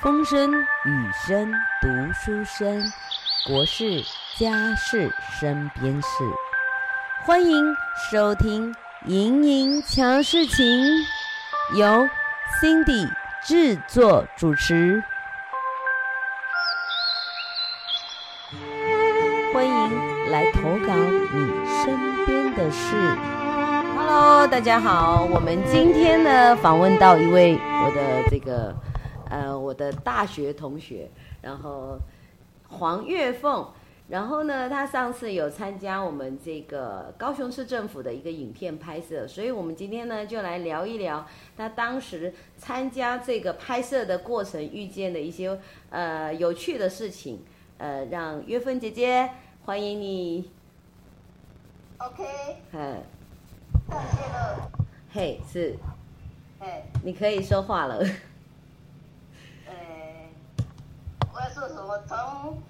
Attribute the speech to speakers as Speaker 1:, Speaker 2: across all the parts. Speaker 1: 风声雨声读书声，国事家事身边事。欢迎收听《莹莹瞧事情》，由 Cindy 制作主持。欢迎来投稿你身边的事。Hello，大家好，我们今天呢访问到一位我的这个呃我的大学同学，然后黄月凤，然后呢她上次有参加我们这个高雄市政府的一个影片拍摄，所以我们今天呢就来聊一聊她当时参加这个拍摄的过程遇见的一些呃有趣的事情，呃让月凤姐姐欢迎你，
Speaker 2: OK，
Speaker 1: 呃
Speaker 2: 上线了。
Speaker 1: 嘿是。
Speaker 2: 哎，
Speaker 1: 你可以说话了。
Speaker 2: 哎，我要说什么？从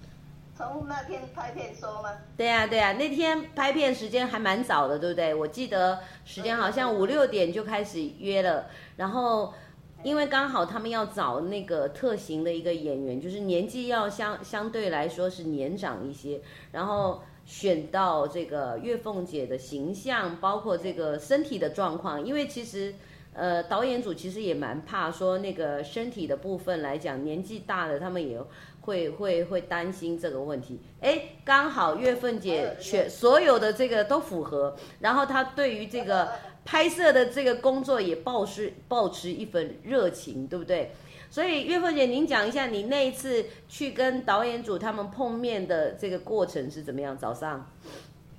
Speaker 2: 从那天拍片说吗？
Speaker 1: 对呀、对呀、啊那天拍片时间还蛮早的，对不对？我记得时间好像五六点就开始约了，然后因为刚好他们要找那个特型的一个演员，就是年纪要相相对来说是年长一些，然后选到这个月凤姐的形象，包括这个身体的状况，因为其实。呃，导演组其实也蛮怕说那个身体的部分来讲，年纪大了他们也会会会担心这个问题。哎，刚好月凤姐选所有的这个都符合，然后她对于这个拍摄的这个工作也抱是抱持一份热情，对不对？所以月凤姐，您讲一下你那一次去跟导演组他们碰面的这个过程是怎么样？早上，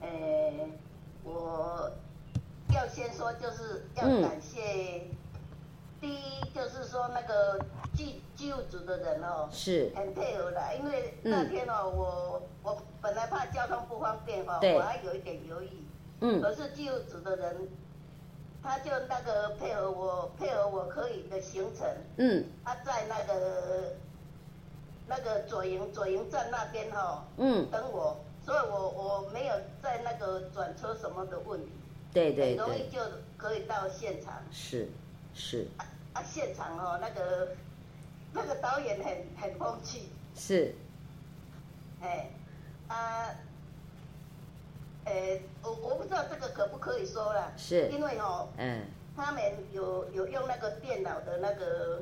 Speaker 2: 哎，我要先说，就是要
Speaker 1: 嗯
Speaker 2: 感谢、第一，就是说那个剧剧务组的人哦，
Speaker 1: 是
Speaker 2: 很配合的，因为
Speaker 1: 嗯
Speaker 2: 那天哦，我我本来怕交通不方便哦，
Speaker 1: 对
Speaker 2: 我还有一点犹豫。
Speaker 1: 嗯
Speaker 2: 可是剧务组的人，他就那个配合我，配合我可以的行程。
Speaker 1: 嗯
Speaker 2: 他在那个那个左营左营站那边哈、
Speaker 1: 嗯，
Speaker 2: 等我，所以我我没有在那个转车什么的问题，
Speaker 1: 对对
Speaker 2: 很容易
Speaker 1: 对，
Speaker 2: 就可以到现场
Speaker 1: 是是
Speaker 2: 啊。现场哦，那个那个导演很很风趣，
Speaker 1: 是，
Speaker 2: 哎啊，呃，我我不知道这个可不可以说啦，
Speaker 1: 是
Speaker 2: 因为哦，
Speaker 1: 嗯
Speaker 2: 他们有有用那个电脑的那个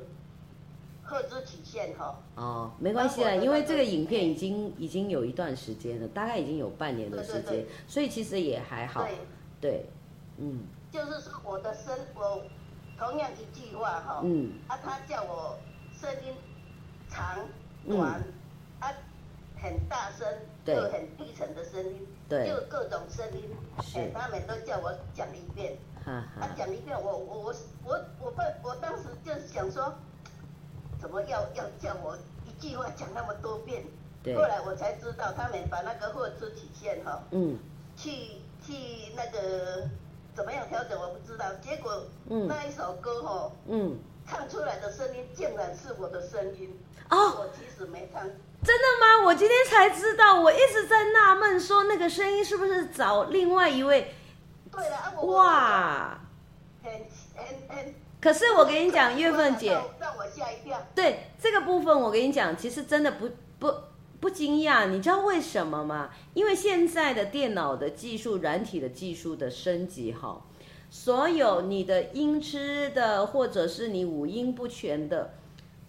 Speaker 2: 赫兹曲线哈、
Speaker 1: 哦，没关系啦，
Speaker 2: 当我的
Speaker 1: 因为这个影片已经已经有一段时间了，大概已经有半年的时
Speaker 2: 对对
Speaker 1: 间，所以其实也还好
Speaker 2: 对。，
Speaker 1: 对，嗯
Speaker 2: 就是说我的声，我同样一句话哈、
Speaker 1: 嗯
Speaker 2: 啊，他叫我声音长
Speaker 1: 嗯
Speaker 2: 短，啊，很大声，
Speaker 1: 对
Speaker 2: 又很低沉的声音，
Speaker 1: 对
Speaker 2: 就各种声音，
Speaker 1: 是
Speaker 2: 哎，他们都叫我讲一遍，
Speaker 1: 哈
Speaker 2: 啊
Speaker 1: 哈，，
Speaker 2: 讲一遍，我我我我我不，我当时就是想说，怎么要要叫我一句话讲那么多遍？
Speaker 1: 对
Speaker 2: 后，来我才知道，他们把那个货出曲线哈、
Speaker 1: 嗯
Speaker 2: 去去那个怎么样调整我不知道，结果
Speaker 1: 嗯
Speaker 2: 那一首歌哦，
Speaker 1: 嗯，
Speaker 2: 唱出来的声音竟然是我的声音，
Speaker 1: 哦，
Speaker 2: 我其实没唱，
Speaker 1: 真的吗？我今天才知道，我一直在纳闷说那个声音是不是找另外一位？
Speaker 2: 对了啊我，
Speaker 1: 哇！
Speaker 2: 很很很，
Speaker 1: 可是我跟你讲，月份姐，
Speaker 2: 让让我吓一跳，
Speaker 1: 对这个部分，我跟你讲，其实真的不不不惊讶，你知道为什么吗？因为现在的电脑的技术、软体的技术的升级，哈，所有你的音痴的，或者是你五音不全的，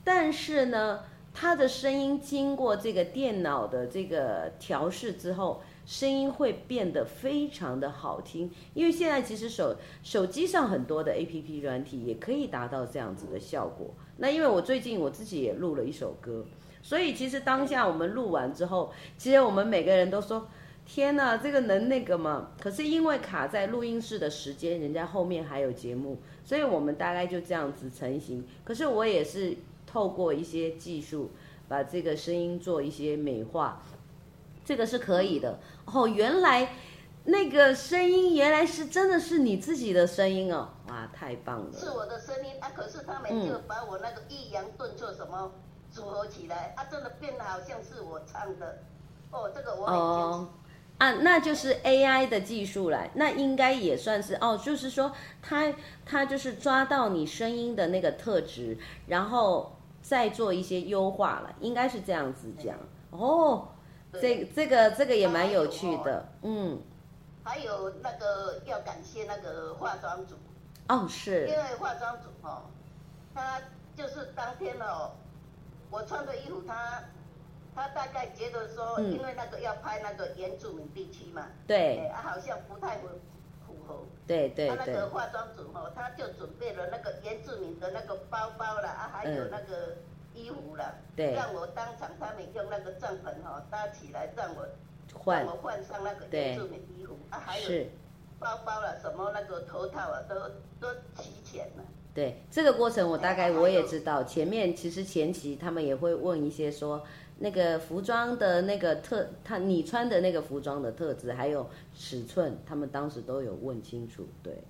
Speaker 1: 但是呢，它的声音经过这个电脑的这个调试之后，声音会变得非常的好听。因为现在其实手手机上很多的 A P P 软体也可以达到这样子的效果。那因为我最近我自己也录了一首歌，所以其实当下我们录完之后，其实我们每个人都说。天呐，这个能那个吗？可是因为卡在录音室的时间，人家后面还有节目，所以我们大概就这样子成型。可是我也是透过一些技术，把这个声音做一些美化，这个是可以的。哦，原来那个声音原来是真的是你自己的声音哦，哇，太棒
Speaker 2: 是
Speaker 1: 了！
Speaker 2: 我的声音啊，可是他们就把我那个抑扬顿挫什么组合起来啊，真的变得好像是我唱的，哦，这个我很坚持。
Speaker 1: 哦。啊，那就是 AI 的技术来，那应该也算是哦，就是说它它就是抓到你声音的那个特质，然后再做一些优化了，应该是这样子讲。哦，这这个这个也蛮有趣的，嗯，
Speaker 2: 还有那个要感谢那个化妆组，
Speaker 1: 哦
Speaker 2: 因
Speaker 1: 是，
Speaker 2: 为化妆组哦，他就是当天哦，我穿的衣服他他大概觉得说，
Speaker 1: 嗯
Speaker 2: 因为那个要拍那个原住民地区嘛，哎
Speaker 1: 对
Speaker 2: 啊好像不太符符合。
Speaker 1: 对对
Speaker 2: 他那
Speaker 1: 对
Speaker 2: 个，化妆组哦，他就准备了那个原住民的那个包包啦，啊，还有
Speaker 1: 嗯
Speaker 2: 那个衣服啦，
Speaker 1: 对
Speaker 2: 让我当场他们用那个帐篷哦搭起来，让我让
Speaker 1: 换
Speaker 2: 我换上那个
Speaker 1: 对
Speaker 2: 原住民衣服啊，还有
Speaker 1: 是，
Speaker 2: 包包啦，什么那个头套啊，都都齐全了。
Speaker 1: 对这个过程我大概
Speaker 2: 哎
Speaker 1: 我也
Speaker 2: 还有
Speaker 1: 知道，前面其实前期他们也会问一些说那个服装的那个特，他你穿的那个服装的特质还有尺寸，他们当时都有问清楚，对。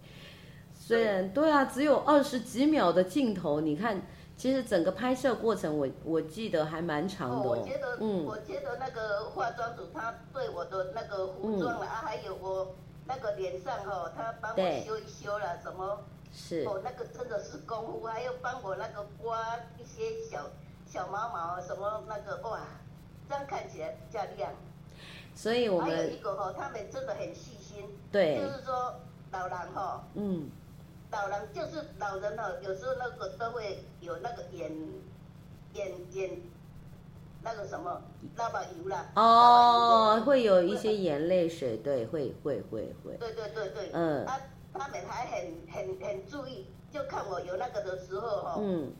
Speaker 1: 虽然对啊，只有二十几秒的镜头，你看，其实整个拍摄过程我我记得还蛮长的
Speaker 2: 我
Speaker 1: 哦
Speaker 2: 觉得，
Speaker 1: 嗯，
Speaker 2: 我觉得那个化妆组他对我的那个服装啦，啊，还有我那个脸上哦，他帮
Speaker 1: 嗯对
Speaker 2: 我修一修了什么。
Speaker 1: 是
Speaker 2: 哦，那个真的是功夫，还要帮我那个刮一些小小毛毛什么那个哇，这样看起来比较亮。
Speaker 1: 所以我
Speaker 2: 还有
Speaker 1: 们
Speaker 2: 一个哦，他们真的很细心，
Speaker 1: 对
Speaker 2: 就，是说老人哦，
Speaker 1: 嗯，
Speaker 2: 老人就是老人哦，有时候那个都会有那个眼眼眼那个什么老板油啦。
Speaker 1: 哦，
Speaker 2: 老板油
Speaker 1: 会有一些眼泪水，对，会会会会，
Speaker 2: 对对对对，
Speaker 1: 嗯
Speaker 2: 啊，他们还很很很注意，就看我有那个的时候哦。
Speaker 1: 嗯，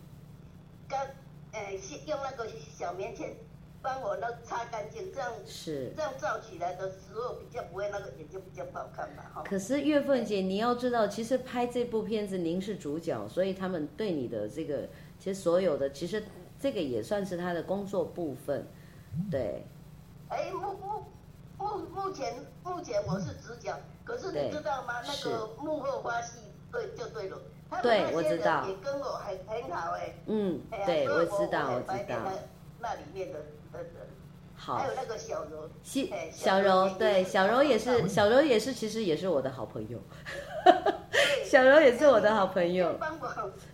Speaker 2: 干，呃，先用那个小棉签帮我那擦干净，这样
Speaker 1: 是。
Speaker 2: 这样照起来的时候比较不会那个眼睛比较不好看嘛，哈。
Speaker 1: 可是月凤姐，你要知道，其实拍这部片子您是主角，所以他们对你的这个，其实所有的，其实这个也算是他的工作部分，对，
Speaker 2: 哎，目目目目前目前我是直角，可是
Speaker 1: 对
Speaker 2: 你知道吗？那
Speaker 1: 是
Speaker 2: 个幕后花絮对就对了，他们
Speaker 1: 对
Speaker 2: 那
Speaker 1: 我
Speaker 2: 些
Speaker 1: 知道
Speaker 2: 人也跟我很很好哎、
Speaker 1: 嗯，
Speaker 2: 哎呀
Speaker 1: 对，
Speaker 2: 所以
Speaker 1: 我
Speaker 2: 我
Speaker 1: 知道，我
Speaker 2: 我
Speaker 1: 知道，
Speaker 2: 那里面的的人，
Speaker 1: 好
Speaker 2: 还，有那个小柔，
Speaker 1: 西
Speaker 2: 哎
Speaker 1: 小
Speaker 2: 小
Speaker 1: 柔
Speaker 2: 柔也是
Speaker 1: 对
Speaker 2: 我
Speaker 1: 小柔也是
Speaker 2: 的
Speaker 1: 小柔也是，其实也是我的好朋友，
Speaker 2: 对
Speaker 1: 小柔也是我的好朋
Speaker 2: 你
Speaker 1: 友
Speaker 2: 就，帮我，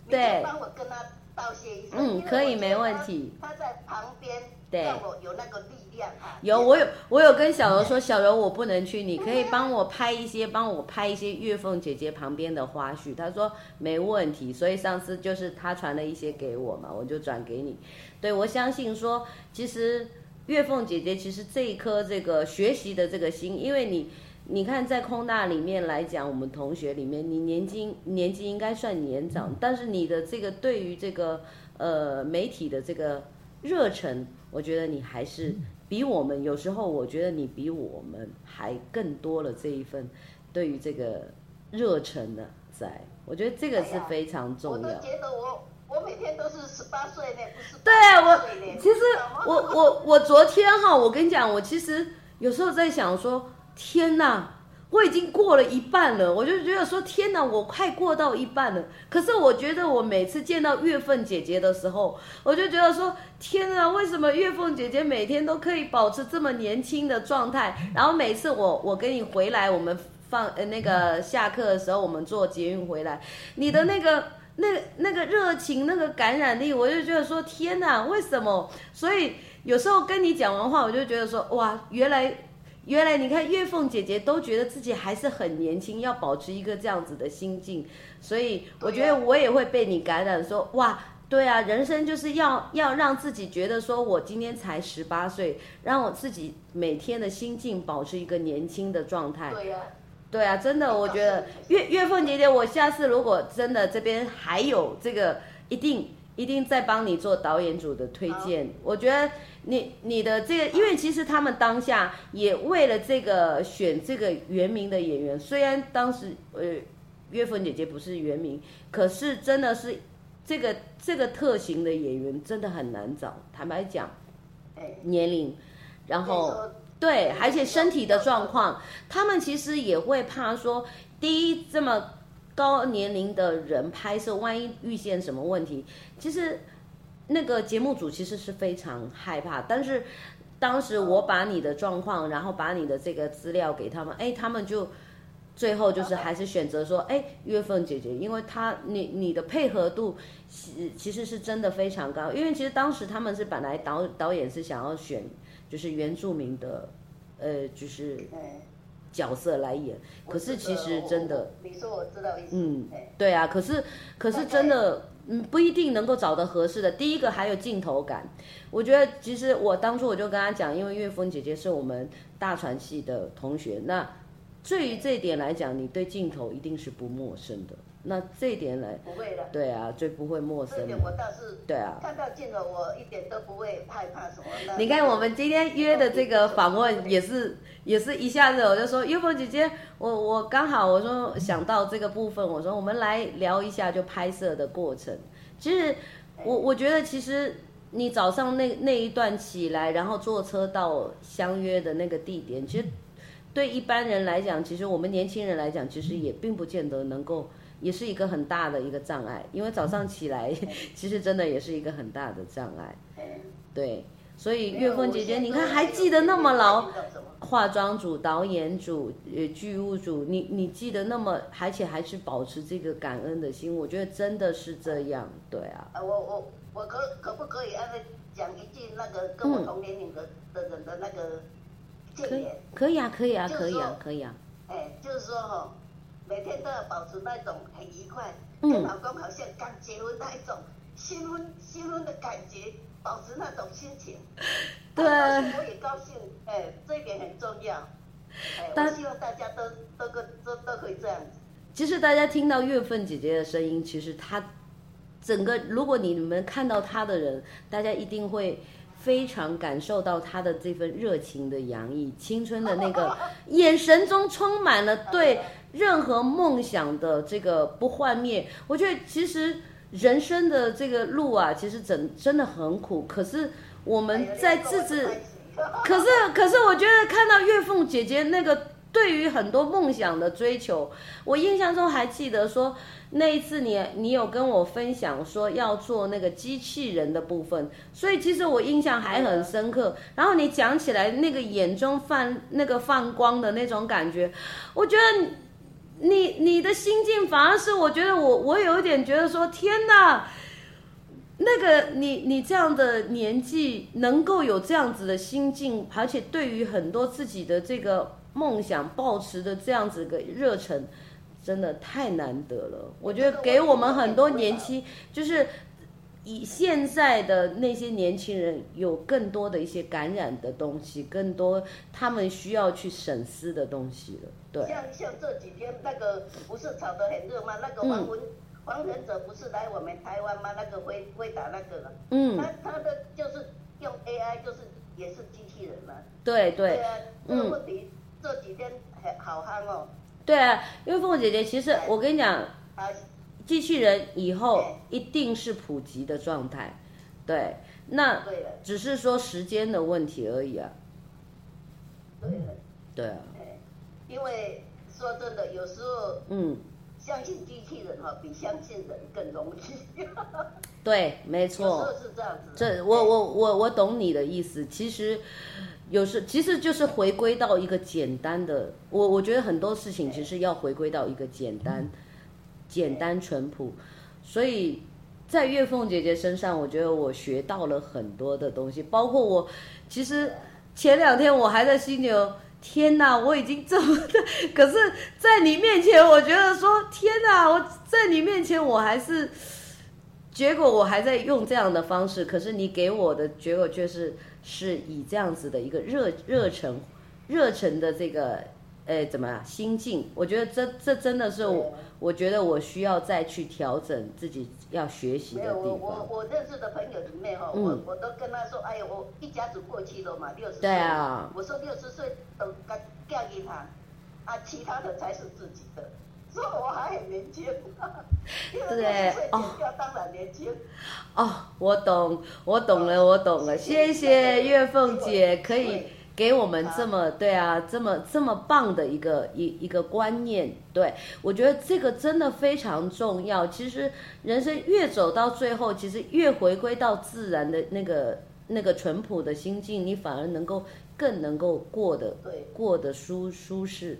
Speaker 2: 你就
Speaker 1: 对
Speaker 2: 帮我跟他道谢一
Speaker 1: 嗯
Speaker 2: 声。因为我
Speaker 1: 可以
Speaker 2: 觉得
Speaker 1: 没问题
Speaker 2: 他他在旁边，
Speaker 1: 对
Speaker 2: 让我有那个力量啊。
Speaker 1: 有我有我有跟小柔说，小柔我不能去，你可以帮我拍一些，帮我拍一些月凤姐姐旁边的花絮。她说没问题，所以上次就是她传了一些给我嘛，我就转给你。对我相信说，其实月凤姐姐其实这一颗这个学习的这个心，因为你。你看，在空大里面来讲，我们同学里面，你年纪年纪应该算年长，但是你的这个对于这个呃媒体的这个热忱，我觉得你还是比我们有时候，我觉得你比我们还更多了这一份对于这个热忱呢，在我觉得这个是非常
Speaker 2: 我
Speaker 1: 重
Speaker 2: 都
Speaker 1: 要。
Speaker 2: 觉得我我每天都是十八岁呢，不是
Speaker 1: 对
Speaker 2: 18
Speaker 1: 我
Speaker 2: 岁呢
Speaker 1: 其实
Speaker 2: 怎
Speaker 1: 我
Speaker 2: 么
Speaker 1: 我我昨天哈，我跟你讲，我其实有时候在想说，天哪，我已经过了一半了，我就觉得说，天哪，我快过到一半了。可是我觉得我每次见到月份姐姐的时候，我就觉得说，天啊，为什么月凤姐姐每天都可以保持这么年轻的状态？然后每次我我跟你回来，我们放呃那个下课的时候，我们坐捷运回来，你的那个那那个热情、那个感染力，我就觉得说，天哪，为什么？所以有时候跟你讲完话，我就觉得说，哇，原来。原来你看月凤姐姐都觉得自己还是很年轻，要保持一个这样子的心境，所以我觉得我也会被你感染说哇，对啊，人生就是要要让自己觉得说，我今天才十八岁，让我自己每天的心境保持一个年轻的状态。
Speaker 2: 对呀、
Speaker 1: 对啊，真的，我觉得月月凤姐姐，我下次如果真的这边还有这个，一定一定再帮你做导演组的推荐。我觉得你你的这个，因为其实他们当下也为了这个选这个原名的演员，虽然当时呃月凤姐姐不是原名，可是真的是这个这个特型的演员真的很难找。坦白讲，
Speaker 2: 哎，
Speaker 1: 年龄，然后。
Speaker 2: 所以说
Speaker 1: 对，而且身体的状况，他们其实也会怕说，第一这么高年龄的人拍摄，万一遇见什么问题，其实那个节目组其实是非常害怕。但是当时我把你的状况，然后把你的这个资料给他们，哎，他们就最后就是还是选择说，哎，月凤姐姐，因为她你你的配合度其其实是真的非常高，因为其实当时他们是本来导导演是想要选就是原住民的，呃，就是
Speaker 2: 哎，
Speaker 1: 角色来演，可是其实真的，
Speaker 2: 我你说我知道意思，
Speaker 1: 嗯
Speaker 2: 哎，
Speaker 1: 对啊，可是可是真的，嗯，不一定能够找到合适的。第一个还有镜头感，我觉得其实我当初我就跟他讲，因为岳峰姐姐是我们大传系的同学，那对于这一点来讲，你对镜头一定是不陌生的。那这一点来，
Speaker 2: 不会的，
Speaker 1: 对啊，最不会陌
Speaker 2: 这
Speaker 1: 生
Speaker 2: 一点我倒是
Speaker 1: 对啊。
Speaker 2: 看到镜头，我一点都不会害怕什么。那
Speaker 1: 你看，我们今天约的这个访问也是，也是一下子我就说，玉凤姐姐，我我刚好我说想到这个部分，我说我们来聊一下就拍摄的过程。其实我我觉得，其实你早上那那一段起来，然后坐车到相约的那个地点，其实对一般人来讲，其实我们年轻人来讲，其实也并不见得能够。也是一个很大的一个障碍，因为早上起来，其实真的也是一个很大的障碍。
Speaker 2: 哎，
Speaker 1: 对，所以
Speaker 2: 没有
Speaker 1: 月凤姐姐，
Speaker 2: 我现在
Speaker 1: 你看
Speaker 2: 都
Speaker 1: 还记得那么牢，
Speaker 2: 没有什么
Speaker 1: 化妆组、导演组、呃剧务组，你你记得那么，而且还是保持这个感恩的心，我觉得真的是这样，对啊，
Speaker 2: 啊，我我我可可不可以按照讲一句那个跟我同年龄的的人的那个
Speaker 1: 嗯可
Speaker 2: 建
Speaker 1: 以
Speaker 2: 言？
Speaker 1: 可以啊，可以啊，
Speaker 2: 就是
Speaker 1: 可以啊
Speaker 2: 说，
Speaker 1: 可以啊，
Speaker 2: 哎，就是说哈、每天都要保持那种很愉快，
Speaker 1: 嗯
Speaker 2: 跟老公好像刚结婚那一种新婚新婚的感觉，保持那种心 情。
Speaker 1: 对
Speaker 2: 他高兴我也高兴，哎，这一点很重要。哎，我
Speaker 1: 但
Speaker 2: 希望大家都都个都都可以这样子。
Speaker 1: 其实大家听到月份姐姐的声音，其实她整个，如果你们看到她的人，大家一定会非常感受到她的这份热情的洋溢，青春的那个 眼神中充满了对任何梦想的这个不幻灭。我觉得其实人生的这个路啊，其实真真的很苦，可是我
Speaker 2: 哎
Speaker 1: 们在自己。 可是，可是我觉得看到岳凤姐姐那个对于很多梦想的追求，我印象中还记得说那一次你你有跟我分享说要做那个机器人的部分，所以其实我印象还很深刻。然后你讲起来那个眼中泛那个放光的那种感觉，我觉得你你的心境反而是我觉得我我有一点觉得说天哪。那个你你这样的年纪能够有这样子的心境，而且对于很多自己的这个梦想抱持的这样子个热忱，真的太难得了。我觉得给我们很多年轻，就是以现在的那些年轻人有更多的一些感染的东西，更多他们需要去审思的东西了。 对，
Speaker 2: 像像这几天那个不是炒得很热吗？那个
Speaker 1: 嗯
Speaker 2: 黄文、黄仁哲不是来我们台湾吗？那个辉辉达那个，
Speaker 1: 嗯，
Speaker 2: 他他的就是用 AI，就是也是机器人嘛、
Speaker 1: 对对。
Speaker 2: 啊，这
Speaker 1: 嗯
Speaker 2: 个问题、这几天很好夯哦，
Speaker 1: 对啊，因为凤姐姐，其实我跟你讲，
Speaker 2: 啊，
Speaker 1: 机器人以后
Speaker 2: 对
Speaker 1: 一定是普及的状态，对，那
Speaker 2: 对了
Speaker 1: 只是说时间的问题而已啊，
Speaker 2: 对了，
Speaker 1: 对啊，
Speaker 2: 哎，因为说真的，有时候
Speaker 1: 嗯，
Speaker 2: 相信机器人哈、哦，比相信人更容易，
Speaker 1: 对，没
Speaker 2: 有时候
Speaker 1: 错，
Speaker 2: 是这样子。
Speaker 1: 这我我我我懂你的意思，其实。有时其实就是回归到一个简单的，我我觉得很多事情其实要回归到一个简单、简单淳朴，所以在月凤姐姐身上，我觉得我学到了很多的东西，包括我其实前两天我还在犀牛，天哪，我已经这么的， 可是在你面前，我觉得说天哪，我在你面前我还是，结果我还在用这样的方式，可是你给我的结果却是是以这样子的一个热热忱、热忱的这个。呃，怎么啊心境？我觉得这这真的是我
Speaker 2: 对，啊
Speaker 1: 我觉得我需要再去调整自己要学习
Speaker 2: 没
Speaker 1: 的
Speaker 2: 有，
Speaker 1: 地
Speaker 2: 我
Speaker 1: 方
Speaker 2: 我。我认识的朋友里面哈、
Speaker 1: 嗯
Speaker 2: 我我都跟他说，哎呦，我一家子过去了嘛，六十岁，
Speaker 1: 对啊
Speaker 2: 我说六十岁都该嫁给他，啊，其他的才是自己的，说我还很年 轻，因为六
Speaker 1: 对
Speaker 2: 十岁
Speaker 1: 哦
Speaker 2: 减掉当然年轻，
Speaker 1: 哦，我懂，我懂了，我懂了，谢谢月凤姐可以给我们这么对啊，这么这么棒的一个一一个观念，对我觉得这个真的非常重要。其实人生越走到最后，其实越回归到自然的那个那个淳朴的心境，你反而能够更能够过得
Speaker 2: 对
Speaker 1: 过得舒舒适。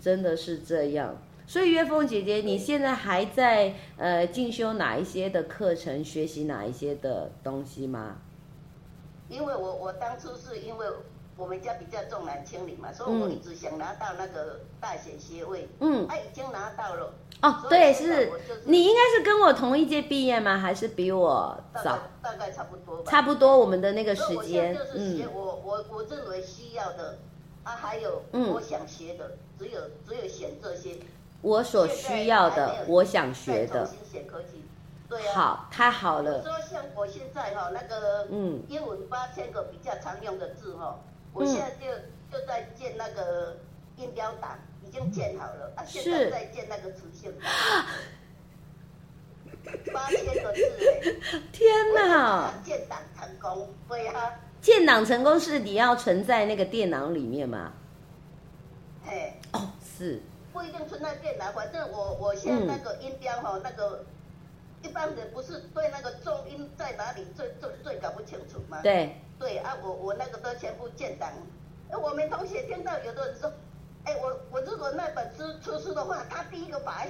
Speaker 1: 真的是这样。所以月凤姐姐，你现在还在呃进修哪一些的课程，学习哪一些的东西吗？
Speaker 2: 因为我我当初是因为我们家比较重男轻女嘛，所以我一直想拿到那个大学学位，
Speaker 1: 嗯，
Speaker 2: 他、已经拿到了。
Speaker 1: 哦，
Speaker 2: 所以
Speaker 1: 对，
Speaker 2: 现在
Speaker 1: 是
Speaker 2: 我就是
Speaker 1: 你应该是跟我同一届毕业吗？还是比我
Speaker 2: 大概
Speaker 1: 早？
Speaker 2: 大概差不多吧。
Speaker 1: 差不多我们的那个
Speaker 2: 所
Speaker 1: 时
Speaker 2: 以我现
Speaker 1: 间
Speaker 2: 在就，是学
Speaker 1: 嗯
Speaker 2: 我、我我认为需要的，啊，还有
Speaker 1: 嗯
Speaker 2: 我想学的，只有只有选这些，
Speaker 1: 我所需要
Speaker 2: 现在还
Speaker 1: 的
Speaker 2: 没，有
Speaker 1: 我想
Speaker 2: 再
Speaker 1: 学
Speaker 2: 重
Speaker 1: 的，
Speaker 2: 新选科技。对啊。。
Speaker 1: 好，太好
Speaker 2: 我
Speaker 1: 了，
Speaker 2: 说像我现在哈、那个
Speaker 1: 嗯
Speaker 2: 英文八千个比较常用的字哈、我
Speaker 1: 嗯
Speaker 2: 现在就就在建那个音标档，已经建好了，啊，现
Speaker 1: 是
Speaker 2: 在在建那个词性档。八千个字哎，
Speaker 1: 天
Speaker 2: 我
Speaker 1: 哪！
Speaker 2: 建档成功，对啊，
Speaker 1: 建档成功是你要存在那个电脑里面吗？
Speaker 2: 哎。
Speaker 1: 哦，是，
Speaker 2: 不一定存在电脑，反正我我现在那
Speaker 1: 嗯
Speaker 2: 个音标哈、那个一般人不是对那个重音在哪里最最最搞不清楚吗？
Speaker 1: 对，
Speaker 2: 对啊，我我那个都全部建档。哎我们同学听到有的人说，哎，我我如果那本书出书的话，他第一个 白。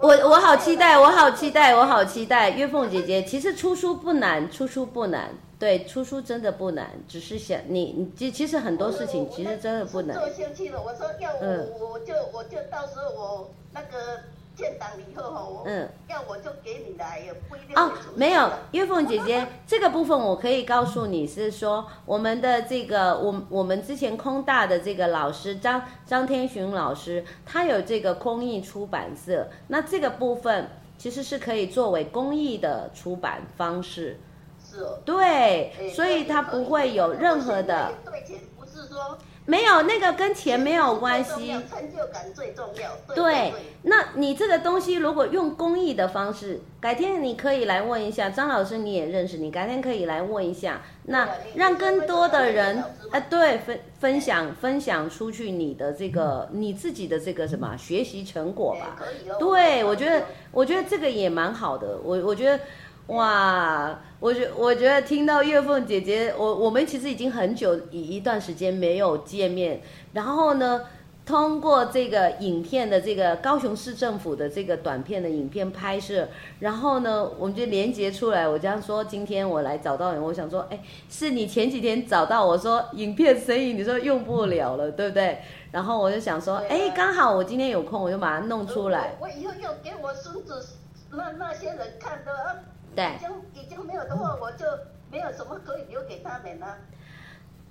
Speaker 1: 我我好期待，我好期待，我好期待。月凤姐姐，其实出书不难，出书不难，对，出书真的不难，只是想你，你其其实很多事情其实真的不难
Speaker 2: 我。做兴趣了，我说要我、
Speaker 1: 嗯
Speaker 2: 我就我就到时候我那个建档以后哈、我、
Speaker 1: 嗯
Speaker 2: 要我就给你来，也不一定
Speaker 1: 哦
Speaker 2: 会出书，
Speaker 1: 没有
Speaker 2: 的，
Speaker 1: 月凤姐姐，这个部分我可以告诉你是说，我们的这个，我我们之前空大的这个老师张张天寻老师，他有这个公益出版社，那这个部分其实是可以作为公益的出版方式，
Speaker 2: 是哦。
Speaker 1: 对
Speaker 2: 哎，
Speaker 1: 所以它不会有任何的。
Speaker 2: 对钱不是说
Speaker 1: 没有那个跟钱没有关系。
Speaker 2: 成就感最重
Speaker 1: 对
Speaker 2: 要。对，
Speaker 1: 那你这个东西如果用公益的方式，改天你可以来问一下张老师，你也认识，你改天可以来问一下，那
Speaker 2: 对啊你
Speaker 1: 让更多的
Speaker 2: 你
Speaker 1: 人
Speaker 2: 是问张老师吗
Speaker 1: 啊，对，分分享分享出去你的这个你自己的这个什么学习成果
Speaker 2: 哎
Speaker 1: 吧。
Speaker 2: 可以哦
Speaker 1: 对，
Speaker 2: 可以
Speaker 1: 我觉得
Speaker 2: 哦
Speaker 1: 我觉得这个也蛮好的，我我觉得。哇，我觉我觉得听到月凤姐姐，我我们其实已经很久一一段时间没有见面，然后呢，通过这个影片的这个高雄市政府的这个短片的影片拍摄，然后呢，我们就连接出来。我这样说，今天我来找到你，我想说，哎，是你前几天找到我说影片生意，你说用不了了，对不对？然后我就想说，
Speaker 2: 对啊
Speaker 1: 哎，刚好我今天有空，我就把它弄出来。
Speaker 2: 我我以后要给我孙子那那些人看的，啊
Speaker 1: 对
Speaker 2: 已，经已经没有的话，我就没有什么可以留给他们了。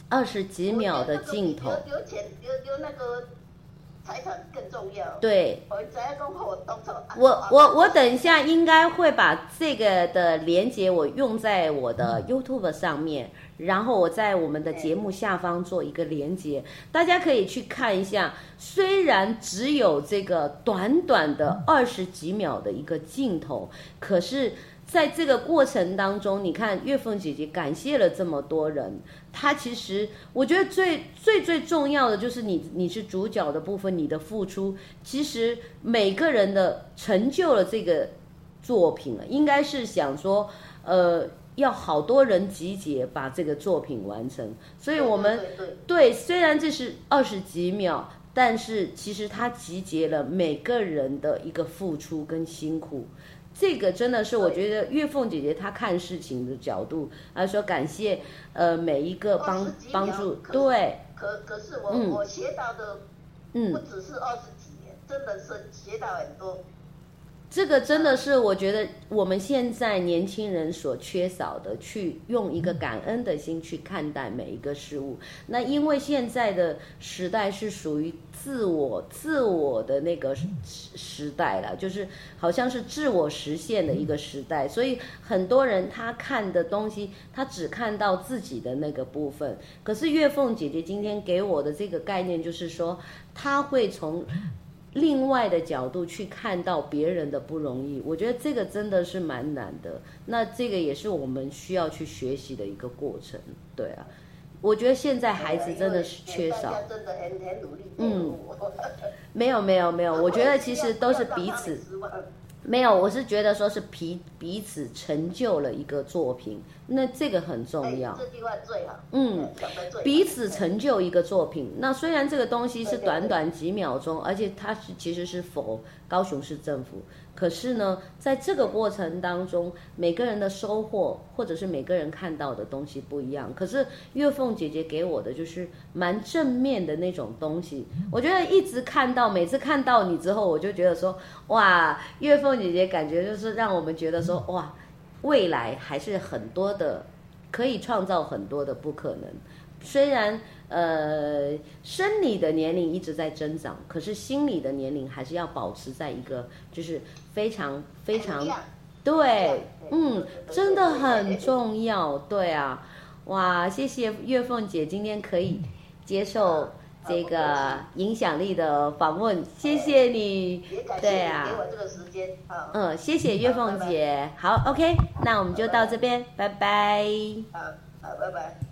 Speaker 1: 二十几秒的镜头
Speaker 2: 我，觉得这个比留留钱留留那个财产更重要。
Speaker 1: 对。
Speaker 2: 我知影讲好，当初啊
Speaker 1: 我
Speaker 2: 啊
Speaker 1: 我我等一下应该会把这个的连接我用在我的 YouTube 上面，然后我在我们的节目下方做一个连接，大家可以去看一下。虽然只有这个短短的二十几秒的一个镜头，可是。在这个过程当中，你看月凤姐姐感谢了这么多人，她其实我觉得最最最重要的就是你你是主角的部分，你的付出，其实每个人的成就了这个作品了，应该是想说，呃，要好多人集结把这个作品完成，所以我们
Speaker 2: 对对对
Speaker 1: 对，虽然这是二十几秒，但是其实它集结了每个人的一个付出跟辛苦。这个真的是我觉得月凤姐姐她看事情的角度，她说感谢呃每一个帮
Speaker 2: 20几秒
Speaker 1: 帮助，
Speaker 2: 可
Speaker 1: 对，
Speaker 2: 可可是我、
Speaker 1: 嗯
Speaker 2: 我学到的不
Speaker 1: 嗯，
Speaker 2: 只是二十几年，真的是学到很多。
Speaker 1: 这个真的是我觉得我们现在年轻人所缺少的，去用一个感恩的心去看待每一个事物。那因为现在的时代是属于自我、自我的那个时时代了，就是好像是自我实现的一个时代，所以很多人他看的东西，他只看到自己的那个部分。可是月凤姐姐今天给我的这个概念，就是说，她会从另外的角度去看到别人的不容易。我觉得这个真的是蛮难的，那这个也是我们需要去学习的一个过程。对啊，我觉得现在孩子真的是缺少
Speaker 2: 大。家真的很很努力。
Speaker 1: 嗯，没有没有没有，我觉得其实都是彼此。
Speaker 2: 不要让他们失望
Speaker 1: 没有，我是觉得说是彼彼此成就了一个作品，那这个很重要
Speaker 2: 哎。这句话最好。
Speaker 1: 嗯
Speaker 2: 哎，讲得最好
Speaker 1: 彼此成就一个作品。那虽然这个东西是短短几秒钟，而且它是其实是否高雄市政府，可是呢，在这个过程当中，每个人的收获或者是每个人看到的东西不一样。可是月凤姐姐给我的就是蛮正面的那种东西，我觉得一直看到，每次看到你之后，我就觉得说，哇，月凤姐姐感觉就是让我们觉得说，哇，未来还是很多的。可以创造很多的不可能。虽然呃生理的年龄一直在增长，可是心理的年龄还是要保持在一个就是非常非常
Speaker 2: 哎一样哎
Speaker 1: 对，嗯
Speaker 2: 对，
Speaker 1: 真的很重要，对啊，哇，谢谢月凤姐今天可以接受这个影响力的访问，谢谢你
Speaker 2: 也，感谢
Speaker 1: 对
Speaker 2: 你给
Speaker 1: 啊，
Speaker 2: 我这个时间啊。
Speaker 1: 嗯，谢谢月凤姐，好，OK，那我们就到这边，拜拜
Speaker 2: 好，好，拜拜。